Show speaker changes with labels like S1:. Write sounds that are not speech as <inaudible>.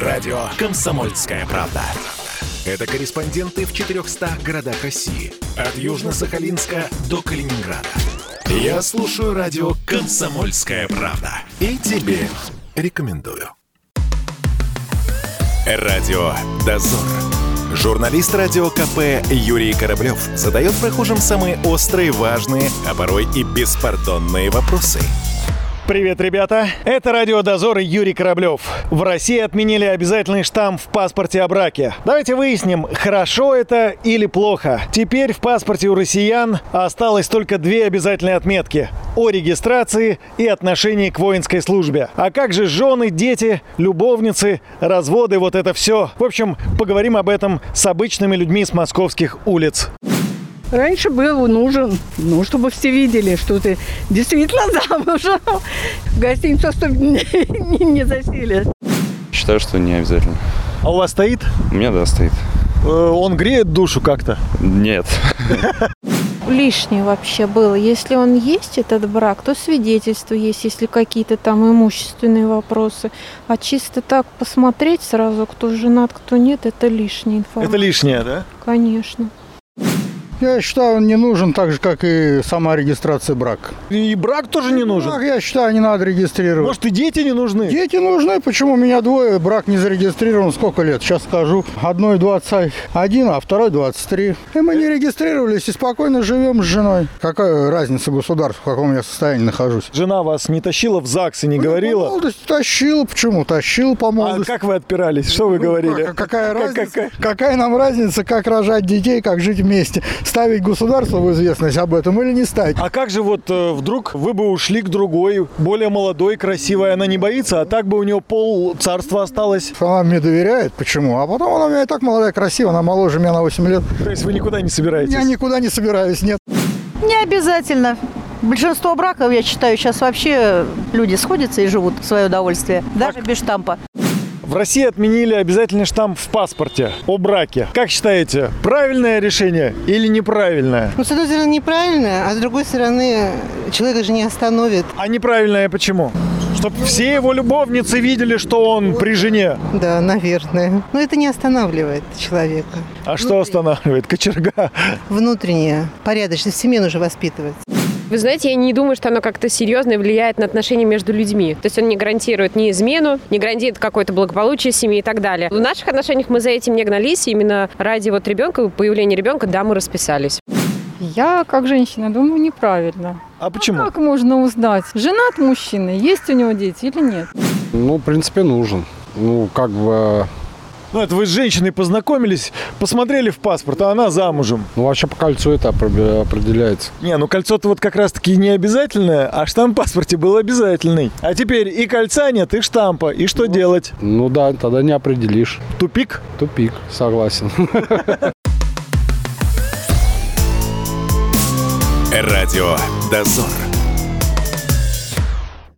S1: Радио «Комсомольская правда». Это корреспонденты в 400 городах России. От Южно-Сахалинска до Калининграда. Я слушаю радио «Комсомольская правда». И тебе рекомендую. Радио «Дозор». Журналист радио КП Юрий Кораблев задает прохожим самые острые, важные, а порой и беспардонные вопросы.
S2: Привет, ребята! Это Радио Дозор и Юрий Кораблев. В России отменили обязательный штамп в паспорте о браке. Давайте выясним, хорошо это или плохо. Теперь в паспорте у россиян осталось только две обязательные отметки – о регистрации и отношении к воинской службе. А как же жены, дети, любовницы, разводы, вот это все? В общем, поговорим об этом с обычными людьми с московских улиц.
S3: Раньше был нужен, ну, чтобы все видели, что ты действительно замужем. В гостиницу чтобы не, <laughs> не, не засели.
S4: Считаю, что не обязательно.
S2: А у вас стоит? Э,
S4: У меня да, стоит.
S2: он греет душу как-то.
S4: Нет.
S5: лишний вообще был. Если он есть, этот брак, то свидетельство есть, если какие-то там имущественные вопросы. А чисто так посмотреть сразу, кто женат, кто нет, это лишняя
S2: Это
S5: информация.
S2: лишнее, да?
S5: Конечно.
S6: Я считаю, он не нужен, так же, как и сама регистрация брака.
S2: И брак тоже не
S6: Брак,
S2: нужен.
S6: я считаю, не надо регистрировать.
S2: Может, и дети не нужны?
S6: Дети нужны, почему у меня двое, брак не зарегистрирован, сколько лет, сейчас скажу. Одной 21, а второй 23. И мы не регистрировались и спокойно живем с женой. Какая разница государству, в каком я состоянии нахожусь?
S2: Жена вас не тащила в ЗАГС и
S6: Ну,
S2: не
S6: По
S2: говорила?
S6: молодости тащил, почему? Тащил по
S2: А
S6: молодости.
S2: как вы отпирались? Что вы говорили?
S6: ну, Как- а Какая
S2: Как-
S6: разница?
S2: какая-
S6: Какая? нам разница, как рожать детей, как жить вместе? Ставить государство в известность об этом или не ставить?
S2: А как же вот э, вдруг вы бы ушли к другой, более молодой, красивой, она не боится, а так бы у нее пол царства осталось?
S6: Она мне доверяет, почему? А потом она у меня и так молодая, красивая, она моложе меня на 8 лет.
S2: То есть вы никуда не собираетесь?
S6: Я никуда не собираюсь, нет.
S7: Не обязательно. Большинство браков, я считаю, сейчас вообще люди сходятся и живут в свое удовольствие. Даже без штампа.
S2: В России отменили обязательный штамп в паспорте о браке. Как считаете, правильное решение или неправильное?
S8: Ну, с одной стороны, неправильно, а с другой стороны, человека же не остановит.
S2: А неправильное почему? Чтобы все его любовницы видели, что он при жене.
S8: Да, наверное. Но это не останавливает человека.
S2: А
S6: Ну,
S2: что останавливает? Кочерга.
S8: Внутренняя порядочность в семье нужно воспитывать.
S9: Вы знаете, я не думаю, что оно как-то серьезно влияет на отношения между людьми. То есть он не гарантирует ни измену, не гарантирует какое-то благополучие семьи и так далее. В наших отношениях мы за этим не гнались, и именно ради вот ребенка, появления ребенка, да, мы расписались.
S10: Я, как женщина, думаю, неправильно.
S2: А почему?
S10: Как можно узнать, женат мужчина, есть у него дети или нет?
S4: Ну, в принципе, нужен. Ну, как бы...
S2: Ну, это вы с женщиной познакомились, посмотрели в паспорт, а она замужем.
S4: Ну, вообще по кольцу это опро- определяется.
S2: Не, ну кольцо-то вот как раз-таки не обязательное, а штамп в паспорте был обязательный. А теперь и кольца нет, и штампа. И что делать?
S4: Ну да, тогда не определишь.
S2: Тупик?
S4: Тупик, согласен.
S1: Радио «Дозор».